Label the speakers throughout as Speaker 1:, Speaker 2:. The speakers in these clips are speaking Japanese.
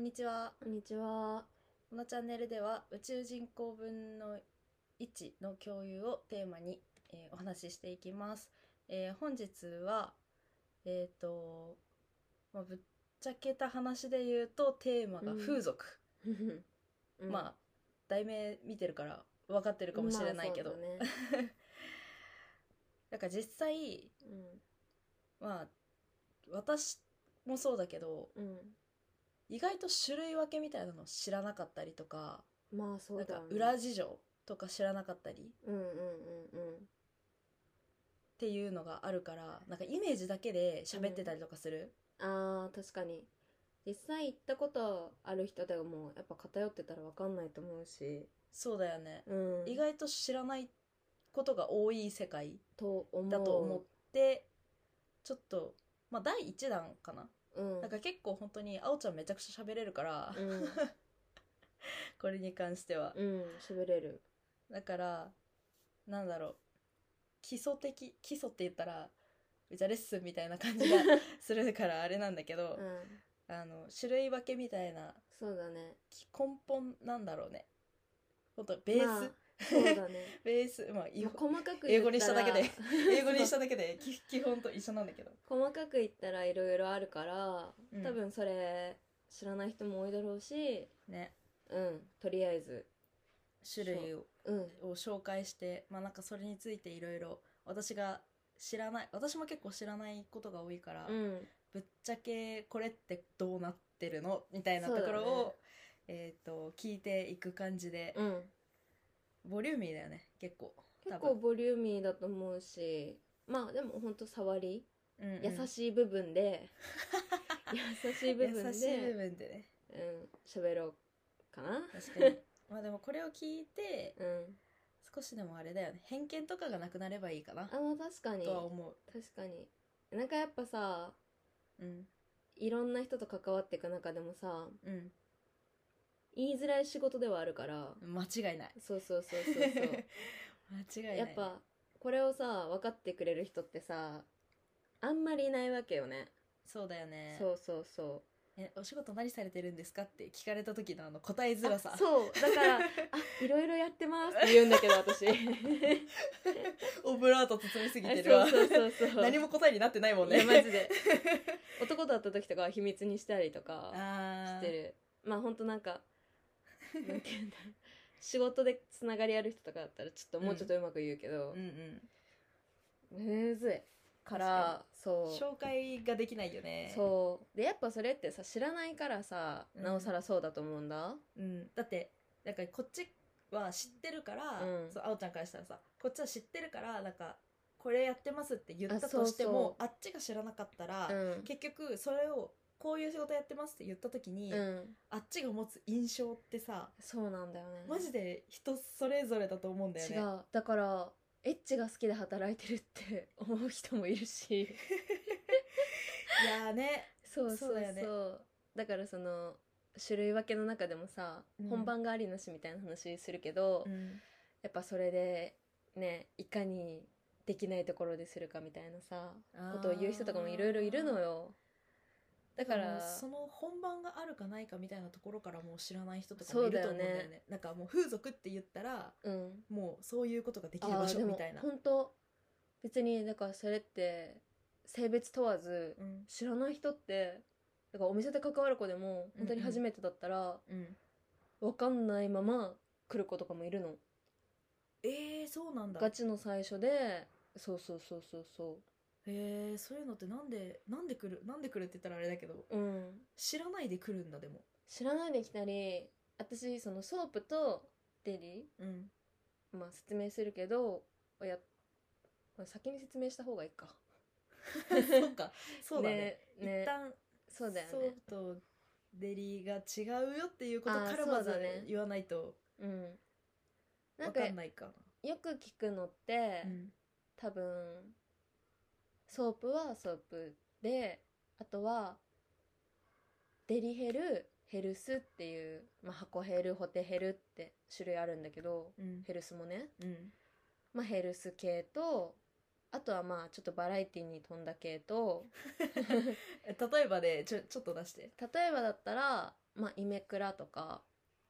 Speaker 1: にちは。
Speaker 2: こんにちは。
Speaker 1: このチャンネルでは宇宙人口分の1の共有をテーマに、えーお話ししていきます。えー本日は、えっ、と、まあ、ぶっちゃけた話で言うとテーマが
Speaker 2: うん
Speaker 1: 風俗。
Speaker 2: あ、
Speaker 1: まあ、題名見てるから分かってるかもしれないけど。
Speaker 2: まあそうだね
Speaker 1: なんか実際、
Speaker 2: うん
Speaker 1: まあ、私もそうだけど、
Speaker 2: うん
Speaker 1: 意外と種類分けみたいなの知らなかったりとか、
Speaker 2: まあそ
Speaker 1: な
Speaker 2: うん
Speaker 1: か
Speaker 2: だね
Speaker 1: 裏事情とか知らなかったりっ
Speaker 2: うんうんうんうん
Speaker 1: ていうのがあるからなんかイメージだけで喋ってたりとかする、
Speaker 2: あー確かに実際行ったことある人でもやっぱ偏ってたら分かんないと思うし、
Speaker 1: そうだよね、
Speaker 2: うん、
Speaker 1: 意外と知らないことが多い世界
Speaker 2: と思う
Speaker 1: だと思ってちょっとまあ第1弾かな、
Speaker 2: うん
Speaker 1: なんか結構本当にあおちゃんめちゃくちゃ喋れるから、
Speaker 2: うん
Speaker 1: これに関しては、
Speaker 2: うん喋れる
Speaker 1: だからなんだろう基礎的基礎って言ったらじゃレッスンみたいな感じがする からあれなんだけど
Speaker 2: う、ん
Speaker 1: あの種類分けみたいな
Speaker 2: そうだね
Speaker 1: 根本なんだろうねほんとベース、
Speaker 2: まあそうだね
Speaker 1: ベースま あい
Speaker 2: まあ細かく
Speaker 1: 英語にしただけで
Speaker 2: 言ったら
Speaker 1: 英語にしただけでき基本と一緒なんだけど
Speaker 2: 細かく言ったらいろいろあるから、
Speaker 1: うん
Speaker 2: 多分それ知らない人も多いだろうし
Speaker 1: ね
Speaker 2: うんとりあえず
Speaker 1: 種類を
Speaker 2: うん
Speaker 1: を紹介してまあなんかそれについていろいろ私が知らない私も結構知らないことが多いから、
Speaker 2: うん
Speaker 1: ぶっちゃけこれってどうなってるのみたいなところ
Speaker 2: そうだ
Speaker 1: を
Speaker 2: ね、
Speaker 1: えっ、と聞いていく感じで、
Speaker 2: うん
Speaker 1: ボリューミーだよね結構
Speaker 2: 結
Speaker 1: 多
Speaker 2: 構
Speaker 1: 分
Speaker 2: ボリューミーだと思うしまあでもほんと触り、
Speaker 1: うんうん
Speaker 2: 優しい部 分で優しい部分
Speaker 1: 優しい部
Speaker 2: で
Speaker 1: 分でね
Speaker 2: うん喋ろうかな
Speaker 1: 確かに まあでもこれを聞いて
Speaker 2: うん
Speaker 1: 少しでもあれだよね偏見とかがなくなればいいかな
Speaker 2: あまあ確かに
Speaker 1: とは思
Speaker 2: 確かになんかやっぱさ
Speaker 1: ううん
Speaker 2: いろんな人と関わっていく中でもさ
Speaker 1: うん
Speaker 2: 言いづらい仕事ではあるから
Speaker 1: 間違いない
Speaker 2: そうそうそ うそうそう
Speaker 1: 間違いない
Speaker 2: やっぱこれをさ分かってくれる人ってさあんまりいないわけよね
Speaker 1: そうだよね
Speaker 2: そうそうそう
Speaker 1: えお仕事何されてるんですかって聞かれた時のあの答えづらさ
Speaker 2: あそう だからあいろいろやってますって言うんだけど私
Speaker 1: オブラート包みすぎてる
Speaker 2: そ
Speaker 1: わ
Speaker 2: うそうそうそう
Speaker 1: 何も答えになってないもん
Speaker 2: いやマ
Speaker 1: ね
Speaker 2: ジで男と会った時とかは秘密にしたりとか
Speaker 1: あ
Speaker 2: し
Speaker 1: あ
Speaker 2: てるまあほんとなんかなんて言うんだろう仕事でつながりある人とかだったらちょっともうちょっとうまく言うけど
Speaker 1: うん、うん
Speaker 2: むずいからそう
Speaker 1: 紹介ができないよね
Speaker 2: そうでやっぱそれってさ知らないからさ
Speaker 1: うん
Speaker 2: なおさらそうだと思うんだ、
Speaker 1: うん、だってなんかこっちは知ってるから、
Speaker 2: うん
Speaker 1: そうあおちゃんからしたらさこっちは知ってるからなんかこれやってますって言った
Speaker 2: あそう
Speaker 1: としてもあ
Speaker 2: そ
Speaker 1: っちが知らなかったら、
Speaker 2: うん
Speaker 1: 結局それをこういう仕事やってますって言った時に、
Speaker 2: うん、
Speaker 1: あっちが持つ印象ってさ
Speaker 2: そうなんだよね
Speaker 1: マジで人それぞれだと思うんだよね
Speaker 2: 違うだからエッチが好きで働いてるって 思う人もいるし
Speaker 1: いやーね
Speaker 2: そうそ
Speaker 1: そう
Speaker 2: うそうだ
Speaker 1: だよね
Speaker 2: からその種類分けの中でもさ、
Speaker 1: うん
Speaker 2: 本番がありなしみたいな話するけど、
Speaker 1: うん
Speaker 2: やっぱそれでねいかにできないところでするかみたいなさことを言う人とかもいろいろいるのよだ
Speaker 1: だか
Speaker 2: から
Speaker 1: らその本番があるかないかみたいなところからもう知らない人とかもいると思うんだよね
Speaker 2: そうだよ
Speaker 1: なんかもう風俗って言ったら
Speaker 2: うん
Speaker 1: もうそういうことができる
Speaker 2: あ
Speaker 1: 場
Speaker 2: あ
Speaker 1: 所
Speaker 2: で
Speaker 1: み
Speaker 2: も
Speaker 1: たいな、
Speaker 2: 本当別にだからそれって性別問わず、
Speaker 1: うん
Speaker 2: 知らない人ってだからお店で関わる子でも
Speaker 1: うん
Speaker 2: 本当に初めてだったら、
Speaker 1: うん、
Speaker 2: 分かんないまま来る子とかもいるの
Speaker 1: えー、そうなんだ
Speaker 2: ガチの最初でそうそうそうそうそ
Speaker 1: えー、そういうのってなんでなんで来るなんで来るって言ったらあれだけど
Speaker 2: ううん
Speaker 1: 知らないで来るんだでも
Speaker 2: 知らないで来たり私そのソープとデリ
Speaker 1: うん
Speaker 2: まあ説明するけどをやまあ先に説明した方がいいか
Speaker 1: そうかそうだね
Speaker 2: ね
Speaker 1: 一旦
Speaker 2: そうだよね
Speaker 1: ソフトデリが違うよっていうことか
Speaker 2: あ
Speaker 1: ら
Speaker 2: ー
Speaker 1: まず
Speaker 2: そうだね
Speaker 1: 言わないと
Speaker 2: うん
Speaker 1: 分
Speaker 2: なんか
Speaker 1: かんないか
Speaker 2: よく聞くのっ
Speaker 1: な
Speaker 2: て、
Speaker 1: うん
Speaker 2: 多分ソープはソープであとはデリヘルヘルスっていう、まあ、箱ヘルホテヘルって種類あるんだけど
Speaker 1: うん
Speaker 2: ヘルスもね、
Speaker 1: うん
Speaker 2: まあ、ヘルス系とあとはまあちょっとバラエティに富んだ系と
Speaker 1: え例えばでちょちょっと出して
Speaker 2: 例えばだったらまあイメクラとか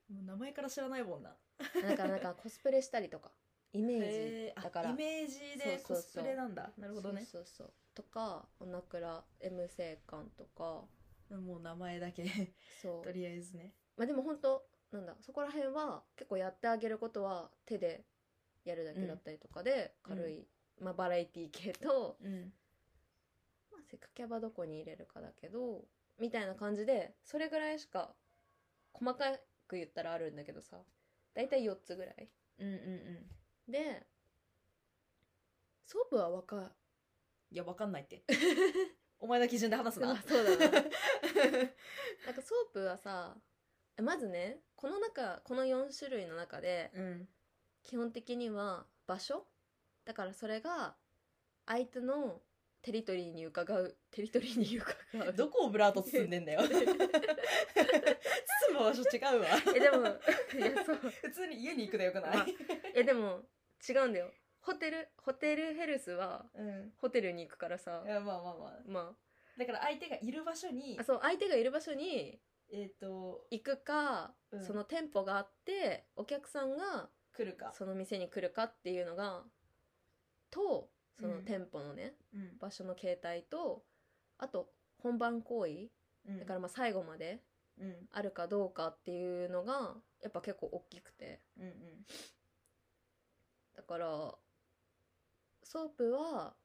Speaker 1: もう名前から知らないもんな
Speaker 2: なんかなんかコスプレしたりとかイメー
Speaker 1: へ
Speaker 2: ジ
Speaker 1: ー
Speaker 2: だか
Speaker 1: あ
Speaker 2: ら
Speaker 1: イメージで
Speaker 2: そ
Speaker 1: コ
Speaker 2: うそうそう
Speaker 1: スプレなんだなるほどね
Speaker 2: そうそうそうとかおなくら M 性感とか
Speaker 1: もう名前だけ
Speaker 2: そう
Speaker 1: とりあえずね
Speaker 2: まあでも本当なんだそこら辺は結構やってあげることは手でやるだけだったりとかで、
Speaker 1: うん
Speaker 2: 軽い、まあ、バラエティ系と、
Speaker 1: うん
Speaker 2: まあ、せっかくキャバどこに入れるかだけどみたいな感じでそれぐらいしか細かく言ったらあるんだけどさ大体4つぐらい
Speaker 1: うんうんうん
Speaker 2: でソープは若い
Speaker 1: いやわかんないって お前の基準で話す
Speaker 2: まあ
Speaker 1: な
Speaker 2: そう だななんかソープはさまずねこの中この4種類の中で、
Speaker 1: うん
Speaker 2: 基本的には場所だからそれが相手のテリトリーに伺うテリトリーに伺う
Speaker 1: どこをブラート包んでんだ よ包む場所違うわ
Speaker 2: えでもいやそう
Speaker 1: 普通に家に行くのよくない、
Speaker 2: まあえでも違うんだよホテルホテルヘルスは
Speaker 1: うん
Speaker 2: ホテルに行くからさ
Speaker 1: いやまあまあまあ
Speaker 2: ま
Speaker 1: だから相手がいる場所に
Speaker 2: ああそう相手がいる場所に
Speaker 1: えっ、と
Speaker 2: 行くか、
Speaker 1: うん
Speaker 2: その店舗があってお客さんが
Speaker 1: 来るか
Speaker 2: その店に来るかっていうのがとその
Speaker 1: うん
Speaker 2: 店舗のね、
Speaker 1: うん
Speaker 2: 場所の形態とあと本番行為
Speaker 1: うん
Speaker 2: だからまあ最後まで
Speaker 1: うん
Speaker 2: あるかどうかっていうのがやっぱ結構大きくて
Speaker 1: うんうん
Speaker 2: だからソープは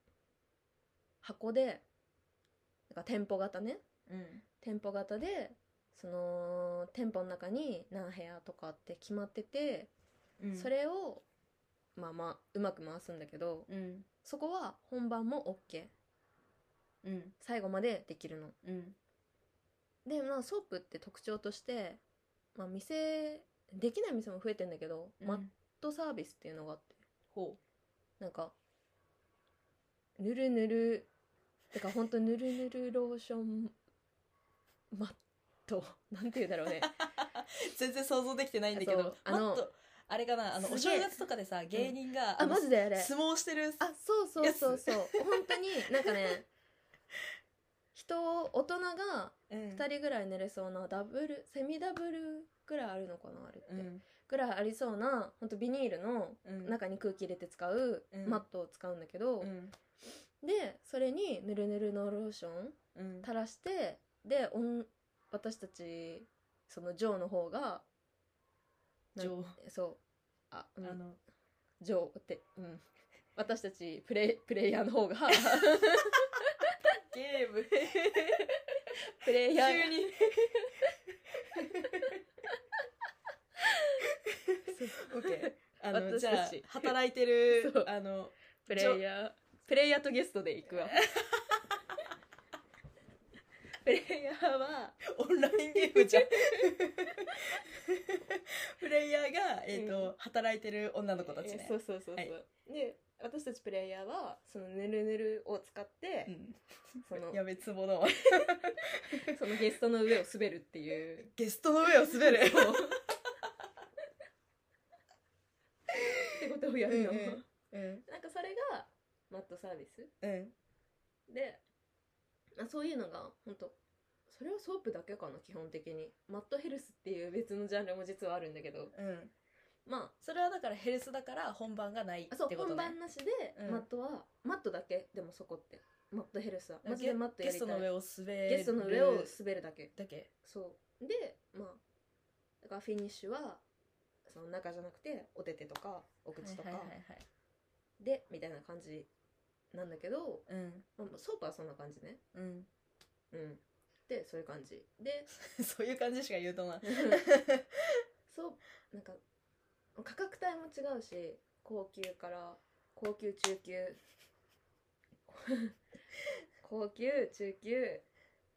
Speaker 2: 箱でなんか店舗型ね
Speaker 1: うん
Speaker 2: 店舗型でその店舗の中に何部屋とかって決まってて、
Speaker 1: うん
Speaker 2: それをまあまあうまく回すんだけど
Speaker 1: うん
Speaker 2: そこは本番も OK
Speaker 1: うん
Speaker 2: 最後までできるの。
Speaker 1: うん
Speaker 2: でまあソープって特徴として、まあ、店できない店も増えてんだけど、マットサービスっていうのがあって
Speaker 1: ほ
Speaker 2: なんかぬるぬるてかほんとぬるぬるローションマット なんて言うんだろうね
Speaker 1: う全然想像できてないんだけ
Speaker 2: そう
Speaker 1: ど
Speaker 2: あの
Speaker 1: もっとあれかなあのお
Speaker 2: すげえ
Speaker 1: 正月とかでさ芸人が、
Speaker 2: あ
Speaker 1: の
Speaker 2: マジであれあ
Speaker 1: 相撲してる
Speaker 2: そうそうそうそう本当になんかね人大人が
Speaker 1: うん
Speaker 2: 2人ぐらい寝れそうなダブルセミダブルぐらいあるのかなあれって、
Speaker 1: うん
Speaker 2: ぐらいありそうなほんとビニールの
Speaker 1: うん
Speaker 2: 中に空気入れて使う
Speaker 1: うん
Speaker 2: マットを使うんだけど、
Speaker 1: うん
Speaker 2: でそれにぬるぬるのローション
Speaker 1: うん
Speaker 2: 垂らしてでおん私たちそのジョーの方がなん
Speaker 1: 上
Speaker 2: そうあ、うん、
Speaker 1: あの
Speaker 2: ジョーって、うん、私たちプレイプレイヤーの方が
Speaker 1: ゲーム
Speaker 2: プレイヤー
Speaker 1: 急に
Speaker 2: そう
Speaker 1: オッケーあの
Speaker 2: 私
Speaker 1: じ
Speaker 2: た
Speaker 1: ゃ
Speaker 2: ち
Speaker 1: あ働いてる
Speaker 2: そう
Speaker 1: あの
Speaker 2: プレイヤープレイヤーとゲストで行くわ プレイヤーは
Speaker 1: オンラインゲーム じゃんプレイヤーが、えーと
Speaker 2: うん
Speaker 1: 働いてる女の子たち
Speaker 2: え
Speaker 1: ね
Speaker 2: そうそうそうそう、
Speaker 1: はい
Speaker 2: で私たちプレイヤーはそのぬるぬるを使って、その
Speaker 1: うん、やべつぼだわ
Speaker 2: そのゲストの上を滑るっていう
Speaker 1: ゲストの上を滑 る
Speaker 2: そうってことをやるの、
Speaker 1: うんうんうん
Speaker 2: なんかそれがマットサービス
Speaker 1: うん
Speaker 2: で、まあ、そういうのが本当それはソープだけかな基本的にマットヘルスっていう別のジャンルも実はあるんだけど
Speaker 1: うん
Speaker 2: まあ
Speaker 1: それはだからヘルスだから本番がないって
Speaker 2: あ
Speaker 1: こ
Speaker 2: そう、
Speaker 1: とね
Speaker 2: 本番なしで、
Speaker 1: うん
Speaker 2: マットはマットだけでもそこってマットヘルスはマジで
Speaker 1: ゲ
Speaker 2: マットや
Speaker 1: ゲ
Speaker 2: り
Speaker 1: ス
Speaker 2: た
Speaker 1: ト
Speaker 2: い
Speaker 1: の上を滑る
Speaker 2: ゲストの上を滑るだけ
Speaker 1: だけ
Speaker 2: そうでまあだからフィニッシュはその中じゃなくてお手手とかお口とかでみたいな感じなんだけど、
Speaker 1: うん
Speaker 2: まあ、ソープはそんな感じね
Speaker 1: うん
Speaker 2: うんでそういう感じ で
Speaker 1: そういう感じしか言うとない
Speaker 2: そうなんか価格帯も違うし高級から高級中級 高級中級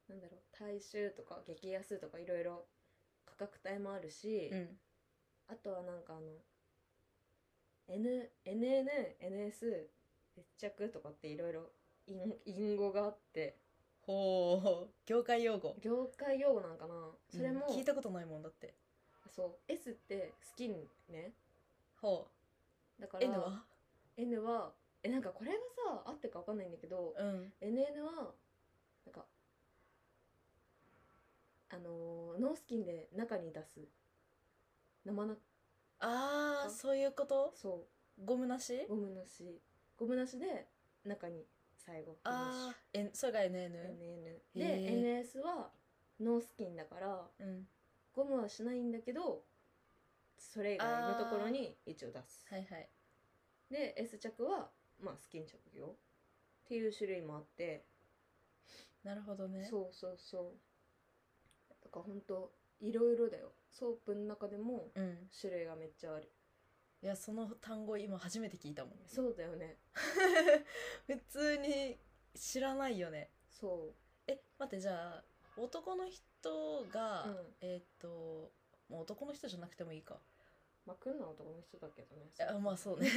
Speaker 2: なんだろう大衆とか激安とかいろいろ価格帯もあるし、
Speaker 1: うん
Speaker 2: あとはなんかあの N NN NS 接着とかっていろいろ隠語があって
Speaker 1: ほう業界用語
Speaker 2: 業界用語なんかなそれも、
Speaker 1: うん聞いたことないもんだって
Speaker 2: そう S ってスキンね
Speaker 1: ほ
Speaker 2: だか
Speaker 1: う
Speaker 2: ら
Speaker 1: N は
Speaker 2: N はえなんかこれがさ合ってるかわかんないんだけど
Speaker 1: うん
Speaker 2: NN はなんかあのーノースキンで中に出す生な
Speaker 1: ああ
Speaker 2: あ
Speaker 1: そういうこと
Speaker 2: そ
Speaker 1: ゴムなし
Speaker 2: うゴムなしゴムなしで中に最後フィニッシ
Speaker 1: あ
Speaker 2: ュ
Speaker 1: あえそれが NN
Speaker 2: NN
Speaker 1: へ
Speaker 2: で NS はノースキンだから
Speaker 1: うん
Speaker 2: ゴムはしないんだけどそれ以外のところに一応出す、
Speaker 1: はいはい
Speaker 2: で S 着は、まあ、スキン着用っていう種類もあって、
Speaker 1: なるほどね
Speaker 2: そうそうそうだからほんといろいろだよソープの中でも
Speaker 1: うん
Speaker 2: 種類がめっちゃある
Speaker 1: いやその単語今初めて聞いたもん
Speaker 2: そうだよね
Speaker 1: 普通に知らないよね
Speaker 2: そ
Speaker 1: え待ってじゃあ男の人が、
Speaker 2: うん
Speaker 1: えーっともう男の人じゃなくてもいいか
Speaker 2: うまあ来んのは男の人だけどね
Speaker 1: いやま あそうね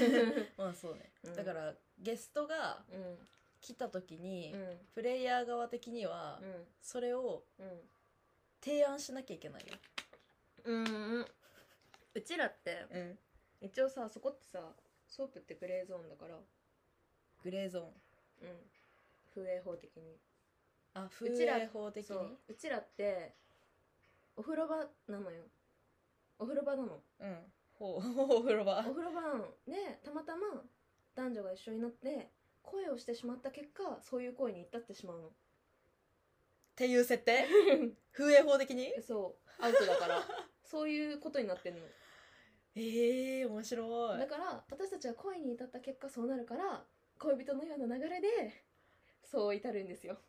Speaker 1: まあそうね、
Speaker 2: うん
Speaker 1: だからゲストが
Speaker 2: うんうん
Speaker 1: 来た時に、
Speaker 2: うん
Speaker 1: プレイヤー側的には、それを提案しなきゃいけないよ、
Speaker 2: うんうんうちらって
Speaker 1: うん、
Speaker 2: 一応さそこってさソープってグレーゾーンだから
Speaker 1: グレーゾーン
Speaker 2: うん風営法的に
Speaker 1: あ風
Speaker 2: うちら
Speaker 1: 営法的に
Speaker 2: そううちらってお風呂場なのよお風呂場なの
Speaker 1: うんほうお風呂場
Speaker 2: お風呂場なのでたまたま男女が一緒になって恋をしてしまった結果そういう恋に至ってしまうの
Speaker 1: っていう設定 風営法的に
Speaker 2: そうアウトだからそういうことになってるの
Speaker 1: ええー、面白い
Speaker 2: だから私たちは恋に至った結果そうなるから恋人のような流れでそう至るんですよ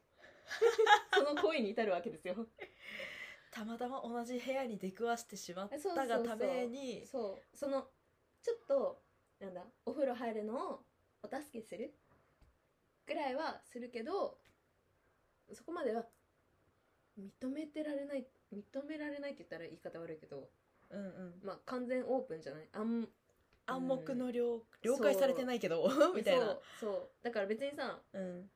Speaker 2: その恋に至るわけですよ
Speaker 1: たまたま同じ部屋に出くわしてしまっ
Speaker 2: そうそうそ
Speaker 1: た
Speaker 2: う
Speaker 1: がために
Speaker 2: そうそのちょっとなんだお風呂入るのをお助けするぐらいはするけどそこまでは認めてられない認められないって言ったら言い方悪いけど
Speaker 1: うんうん
Speaker 2: まあ完全オープンじゃないあん
Speaker 1: 暗黙の了了解されてないけど みたい
Speaker 2: そ
Speaker 1: な
Speaker 2: うそうだから別にさ
Speaker 1: うん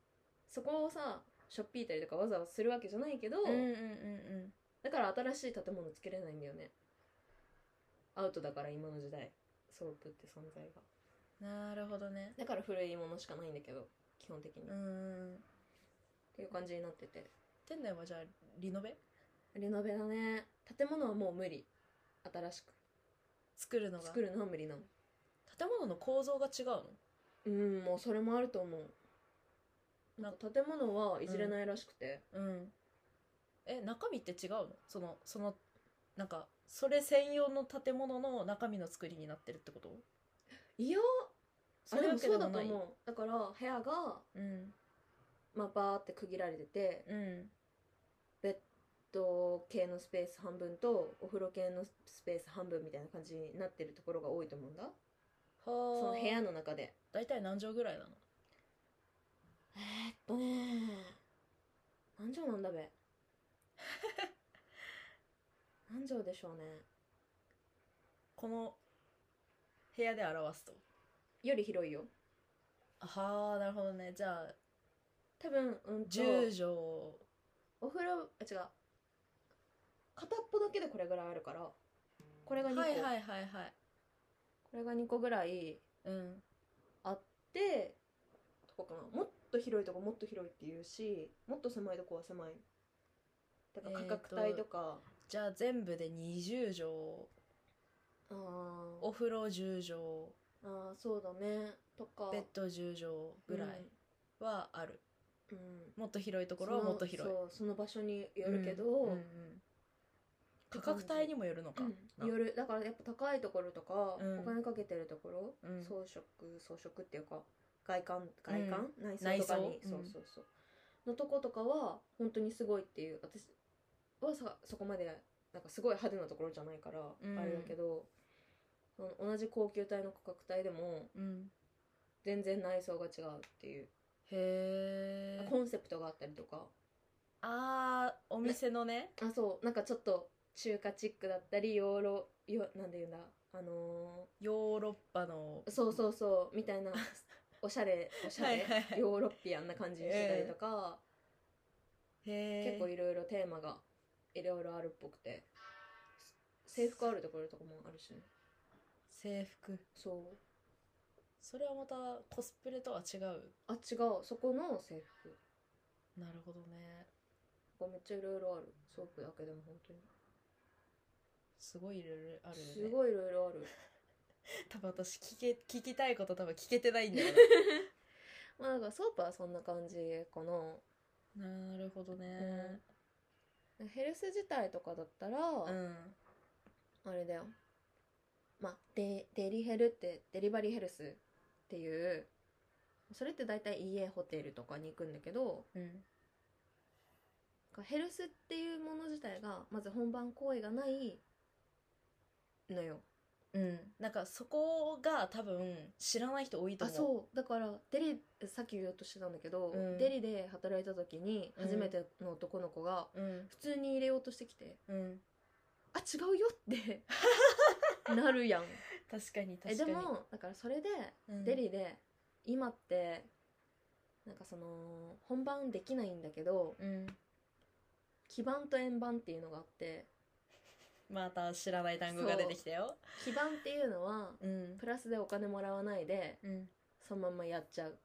Speaker 2: そこをさしょっぴいたりとかわざわざするわけじゃないけど、
Speaker 1: うんうんうん
Speaker 2: だから新しい建物作れないんだよねアウトだから今の時代ソープって存在が
Speaker 1: うんなるほどね
Speaker 2: だから古いものしかないんだけど基本的に、
Speaker 1: う
Speaker 2: っ
Speaker 1: ん
Speaker 2: ていう感じになってて
Speaker 1: 店内はじゃあリノベ
Speaker 2: リノベだね建物はもう無理新しく
Speaker 1: 作るのが
Speaker 2: 作るのは無理なの
Speaker 1: 建物の構造が違うの
Speaker 2: うんもうそれもあると思うなんか建物はいじれないらしくて、
Speaker 1: うんえ中身って違うのそのそのなんかそれ専用の建物の中身の作りになってるってこと
Speaker 2: いやあ
Speaker 1: うい
Speaker 2: で
Speaker 1: う
Speaker 2: も
Speaker 1: わけ
Speaker 2: そうだと
Speaker 1: ない
Speaker 2: 思うだから部屋が、
Speaker 1: うん
Speaker 2: まあ、バーって区切られてて
Speaker 1: うん
Speaker 2: ベッド系のスペース半分とお風呂系のスペース半分みたいな感じになってるところが多いと思うんだその
Speaker 1: はあ
Speaker 2: 部屋の中で
Speaker 1: 大体何畳ぐらいなの
Speaker 2: えーっとね何畳なんだ べ何畳でしょうね
Speaker 1: この部屋で表すと
Speaker 2: より広いよ
Speaker 1: あはあなるほどねじゃあ
Speaker 2: 多分うんと
Speaker 1: 10
Speaker 2: お風呂あ違う片っぽだけでこれぐらいあるからこれが2
Speaker 1: 畳
Speaker 2: 個、
Speaker 1: はいはいはいはい
Speaker 2: これが2個ぐらい
Speaker 1: うん
Speaker 2: あってどこかなもっと広いとこもっと広いっていうしもっと狭いとこは狭いだから価格帯とか、
Speaker 1: じゃあ全部で20畳
Speaker 2: あー、
Speaker 1: お風呂10畳
Speaker 2: あーそうだねとか
Speaker 1: ベッド10畳ぐらいはある、
Speaker 2: うん、うん
Speaker 1: もっと広いところは
Speaker 2: その
Speaker 1: もっと広い
Speaker 2: そうその場所によ
Speaker 1: うん
Speaker 2: るけど、
Speaker 1: うんうん価格帯にもよるのか、
Speaker 2: うんよるだからやっぱ高いところとか、
Speaker 1: うん
Speaker 2: お金かけてるところ、
Speaker 1: うん
Speaker 2: 装飾装飾っていうか外観外観、内
Speaker 1: 内
Speaker 2: 装と
Speaker 1: 装
Speaker 2: かに
Speaker 1: うん
Speaker 2: そうそうそう、のとことかは本当にすごいっていう私はさそこまでなんかすごい派手なところじゃないから、
Speaker 1: うん
Speaker 2: あれだけどその同じ高級帯の価格帯でも
Speaker 1: うん
Speaker 2: 全然内装が違うっていう、
Speaker 1: へえ
Speaker 2: コンセプトがあったりとか
Speaker 1: あーお店のね
Speaker 2: あそうなんかちょっと中華チックだったりヨーロヨなんて言うんだあの
Speaker 1: ヨーロッパの
Speaker 2: ーそうそうそうみたいなおしゃれおしゃれ
Speaker 1: はいはいはい
Speaker 2: ヨーロピアンな感じにしてたりとか、
Speaker 1: へえ
Speaker 2: 結構いろいろテーマがいろいろあるっぽくて制服あるところとかもあるしね
Speaker 1: 制服
Speaker 2: そう
Speaker 1: それはまたコスプレとは違う
Speaker 2: あ違うそこの制服
Speaker 1: なるほどね
Speaker 2: かめっちゃいろいろあるソープだけでも本当に
Speaker 1: すごいいろいろあるよね
Speaker 2: すごいいろいろある
Speaker 1: 多分私聞け聞きたいこと多分聞けてないんだよ
Speaker 2: まあだからソープはそんな感じかな
Speaker 1: ななるほどね
Speaker 2: ヘルス自体とかだったら、
Speaker 1: うん
Speaker 2: あれだよまあデデリヘルってデリバリーヘルスっていうそれって大体家ホテルとかに行くんだけど
Speaker 1: うん
Speaker 2: ヘルスっていうもの自体がまず本番行為がないのよ
Speaker 1: うんなんかそこが多分知らない人多いと
Speaker 2: あ
Speaker 1: 思う
Speaker 2: そうだからデリさっき言おうとしてたんだけど、
Speaker 1: うん
Speaker 2: デリで働いた時に
Speaker 1: うん
Speaker 2: 初めての男の子が
Speaker 1: うん
Speaker 2: 普通に入れようとしてきて
Speaker 1: うん
Speaker 2: 「あ違うよ」って なるやん
Speaker 1: 確かに確か
Speaker 2: え
Speaker 1: に
Speaker 2: でもだからそれで
Speaker 1: うん
Speaker 2: デリで今ってなんかその本番できないんだけど
Speaker 1: うん
Speaker 2: 基盤と円盤っていうのがあって
Speaker 1: また知らない単語が出てきたよ
Speaker 2: 基盤っていうのは
Speaker 1: うん
Speaker 2: プラスでお金もらわないで
Speaker 1: うん
Speaker 2: そのままやっちゃう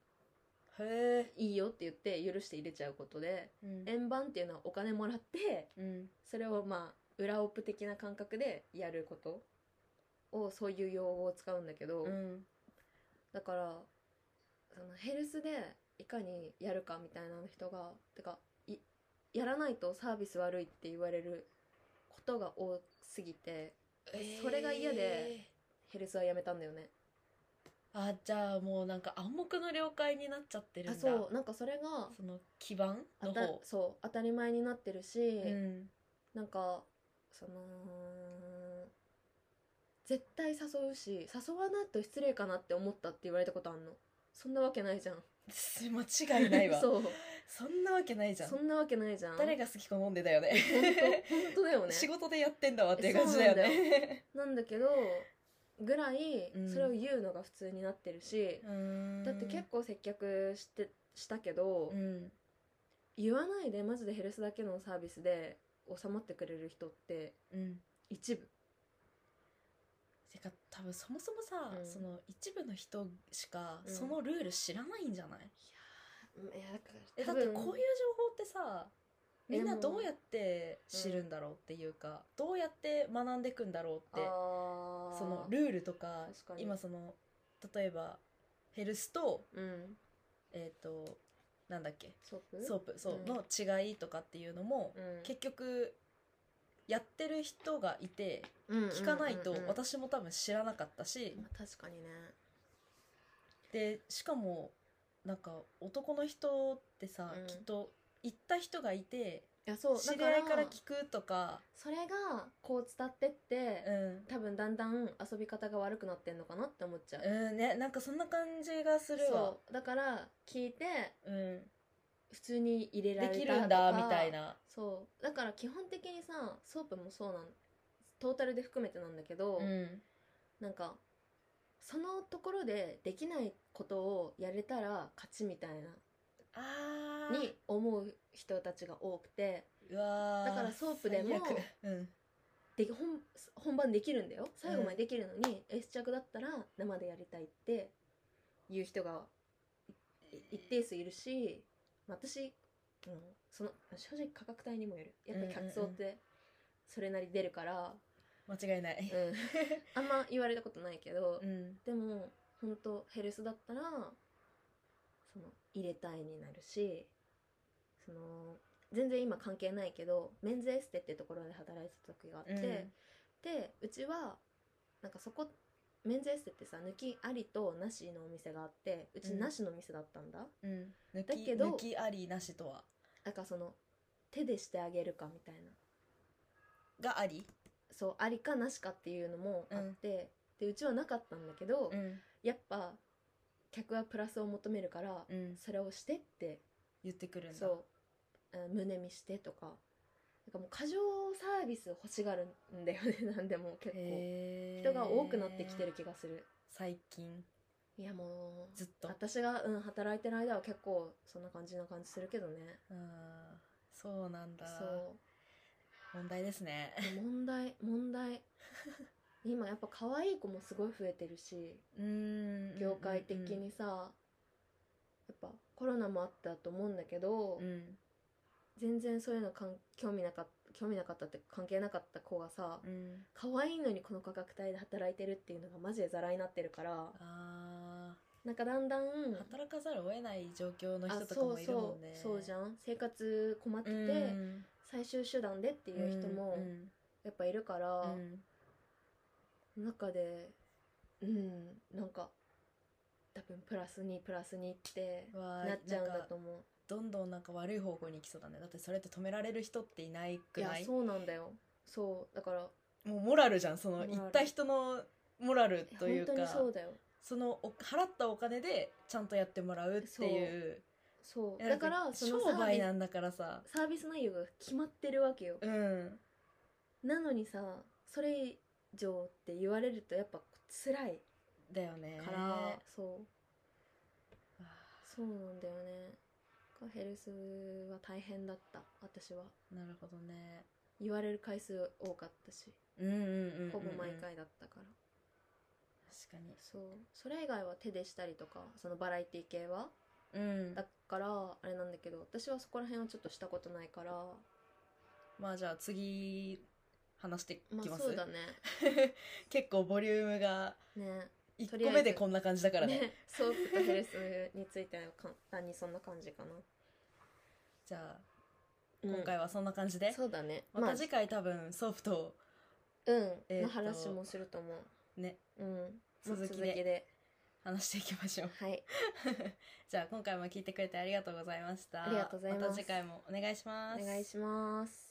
Speaker 1: へえ
Speaker 2: いいよって言って許して入れちゃうことで
Speaker 1: うん
Speaker 2: 円盤っていうのはお金もらって
Speaker 1: うん
Speaker 2: それをまあ裏オプ的な感覚でやることをそういう用語を使うんだけど、
Speaker 1: うん
Speaker 2: だからそのヘルスでいかにやるかみたいな人がてかいやらないとサービス悪いって言われることが多すぎてそれが嫌でヘルスはやめたんだよね
Speaker 1: えーあじゃあもうなんか暗黙の了解になっちゃってる
Speaker 2: あ
Speaker 1: んだ
Speaker 2: そうなんかそれが
Speaker 1: その基盤
Speaker 2: あ
Speaker 1: の
Speaker 2: た
Speaker 1: 方
Speaker 2: そう当たり前になってるし、
Speaker 1: うん
Speaker 2: なんかその絶対誘うし誘わないと失礼かなって思ったって言われたことあんのそんなわけないじゃん
Speaker 1: 間違いないわ
Speaker 2: そう
Speaker 1: そんなわけないじゃん
Speaker 2: そんなわけないじゃん
Speaker 1: 誰が好き好んでだよね
Speaker 2: 本 当本当だよね
Speaker 1: 仕事でやってんだわっていう感じだよね
Speaker 2: なんだけどぐらい
Speaker 1: うん
Speaker 2: それを言うのが普通になってるし、 だって結構接客してしたけど、
Speaker 1: うん
Speaker 2: 言わないでマジでヘルスだけのサービスで収まってくれる人って
Speaker 1: うん
Speaker 2: 一部
Speaker 1: てか多分そもそもさ、
Speaker 2: うん
Speaker 1: その一部の人しか
Speaker 2: うん
Speaker 1: そのルール知らないんじゃない、
Speaker 2: いやだか
Speaker 1: えだってこういう情報ってさ
Speaker 2: えで
Speaker 1: み
Speaker 2: も
Speaker 1: んなどうやって知るんだろうっていうか、どうやって学んでいくんだろうって
Speaker 2: あー
Speaker 1: そのルールとか
Speaker 2: 確かに
Speaker 1: 今その例えばヘルスと
Speaker 2: うん
Speaker 1: えっ、となんだっけ
Speaker 2: ソープ
Speaker 1: ソープそう、
Speaker 2: うん
Speaker 1: の違いとかっていうのも、
Speaker 2: うん
Speaker 1: 結局やってる人がいて
Speaker 2: うんうんうんうん
Speaker 1: 聞かないと私も多分知らなかったし、
Speaker 2: まあ確かにね
Speaker 1: でしかもなんか男の人ってさ、
Speaker 2: うん
Speaker 1: きっと行った人がいて
Speaker 2: いやそう
Speaker 1: 知り合いから聞くとか
Speaker 2: それがこう伝ってって、
Speaker 1: うん、
Speaker 2: 多分だんだん遊び方が悪くなってんのかなって思っちゃう、
Speaker 1: うんねなんかそんな感じがするわ
Speaker 2: そうだから聞いて
Speaker 1: うん、
Speaker 2: 普通に入れられ
Speaker 1: で
Speaker 2: た
Speaker 1: きるんだ
Speaker 2: とか
Speaker 1: みたいな
Speaker 2: そうだから基本的にさソープもそうなんトータルで含めてなんだけど、
Speaker 1: うん
Speaker 2: なんかそのところでできないことをやれたら勝ちみたい
Speaker 1: あ
Speaker 2: な
Speaker 1: ー
Speaker 2: に思う人たちが多くて
Speaker 1: うわ
Speaker 2: だからソープでも
Speaker 1: 最悪うん
Speaker 2: で本本番できるんだよ最後までできるのに、S 着だったら生でやりたいっていう人がい一定数いるしまあ私、うん、その正直価格帯にもよるやっぱり客層ってそれなり出るから、
Speaker 1: 間違いない
Speaker 2: うん あんま言われたことないけど、
Speaker 1: うん
Speaker 2: でも本当ヘルスだったらその入れたいになるしその全然今関係ないけどメンズエステってところで働いてた時があって、
Speaker 1: うん
Speaker 2: でうちはなんかそこメンズエステってさ抜きありとなしのお店があってうち
Speaker 1: うん
Speaker 2: なしのお店だったんだ、
Speaker 1: うん、抜き
Speaker 2: だけど
Speaker 1: 抜きありなしとは
Speaker 2: なんかその手でしてあげるかみたいな
Speaker 1: があり
Speaker 2: そうありかなしかっていうのもあって、でうちはなかったんだけ
Speaker 1: ん、
Speaker 2: ど、やっぱ客はプラスを求めるから、
Speaker 1: うん、
Speaker 2: それをしてって
Speaker 1: 言ってくるんだ
Speaker 2: そうあ胸見してとかなんかもう過剰サービス欲しがるんだよね なんでも結構
Speaker 1: へー
Speaker 2: 人が多くなってきてる気がする
Speaker 1: 最近
Speaker 2: いやもう
Speaker 1: ずっと
Speaker 2: 私が、うん、働いてる間は結構そんな感じな感じするけどね
Speaker 1: うんそうなんだ
Speaker 2: そ
Speaker 1: 問題ですね
Speaker 2: うで問題 問題今やっぱ可愛い子もすごい増えてるし
Speaker 1: うん
Speaker 2: 業界的にさ、やっぱコロナもあったと思うんだけど、
Speaker 1: うん
Speaker 2: 全然そういうのかん興味なかった興味なかったって関係なかった子がさ、
Speaker 1: うん、
Speaker 2: 可愛いのにこの価格帯で働いてるっていうのがマジでザラになってるから
Speaker 1: あ
Speaker 2: なんかだんだん
Speaker 1: ー働かざるを得ない状況の
Speaker 2: あ
Speaker 1: 人とかもいるもんね
Speaker 2: そうそうそうじゃん生活困ってて、
Speaker 1: うん
Speaker 2: 最終手段でっていう人も
Speaker 1: うん
Speaker 2: やっぱいるから、
Speaker 1: うん
Speaker 2: 中でうんなんか多分プラスにプラスにって
Speaker 1: うわー
Speaker 2: なっちゃうん
Speaker 1: な
Speaker 2: だ
Speaker 1: んか
Speaker 2: と思
Speaker 1: どんどんなんか悪い方向に行きそうだねだってそれって止められる人っていないく
Speaker 2: ういや
Speaker 1: ない
Speaker 2: そうなんだよそうだから
Speaker 1: もうモラルじゃんそ
Speaker 2: モ
Speaker 1: の
Speaker 2: ラル
Speaker 1: 行った人のモラルとい
Speaker 2: 本
Speaker 1: うか
Speaker 2: 当にそうだよ
Speaker 1: そのお払ったお金でちゃんとやってもらうっていう
Speaker 2: そう
Speaker 1: いや
Speaker 2: だから
Speaker 1: なん
Speaker 2: その
Speaker 1: 商
Speaker 2: サー
Speaker 1: 売
Speaker 2: ビ
Speaker 1: なんだからさ
Speaker 2: スサービス内容が決まってるわけよ
Speaker 1: うん
Speaker 2: なのにさそれ以上って言われるとやっぱ辛い
Speaker 1: だよね
Speaker 2: から、そう
Speaker 1: あ
Speaker 2: そうなんだよねヘルスは大変だった私は
Speaker 1: ーなるほどね
Speaker 2: 言われる回数多かったし
Speaker 1: うんうんうんうんうん
Speaker 2: ほぼ毎回だったから、
Speaker 1: 確かに
Speaker 2: そうそれ以外は手でしたりとかそのバラエティ系は
Speaker 1: うん
Speaker 2: だからあれなんだけど私はそこら辺はちょっとしたことないから
Speaker 1: まあじゃあ次話して
Speaker 2: ま
Speaker 1: きま
Speaker 2: あ
Speaker 1: す、
Speaker 2: そうだね
Speaker 1: 結構ボリュームが
Speaker 2: ね
Speaker 1: 1
Speaker 2: と
Speaker 1: 個
Speaker 2: りあえず
Speaker 1: 目でこんな感じだからね
Speaker 2: ねソープとヘルスについては簡単にそんな感じかな、
Speaker 1: じゃあ今回はそんな感じで、
Speaker 2: そうだねま
Speaker 1: ま
Speaker 2: あ
Speaker 1: た次回多分ソフトを
Speaker 2: うん、
Speaker 1: えー
Speaker 2: の
Speaker 1: と
Speaker 2: 話もすると思う
Speaker 1: ね
Speaker 2: うんもう
Speaker 1: 続きで
Speaker 2: 続きで
Speaker 1: 話していきましょう
Speaker 2: はい
Speaker 1: じゃあ今回も聞いてくれてありがとうございました
Speaker 2: ありがとうございます
Speaker 1: また次回もお願いします
Speaker 2: お願いします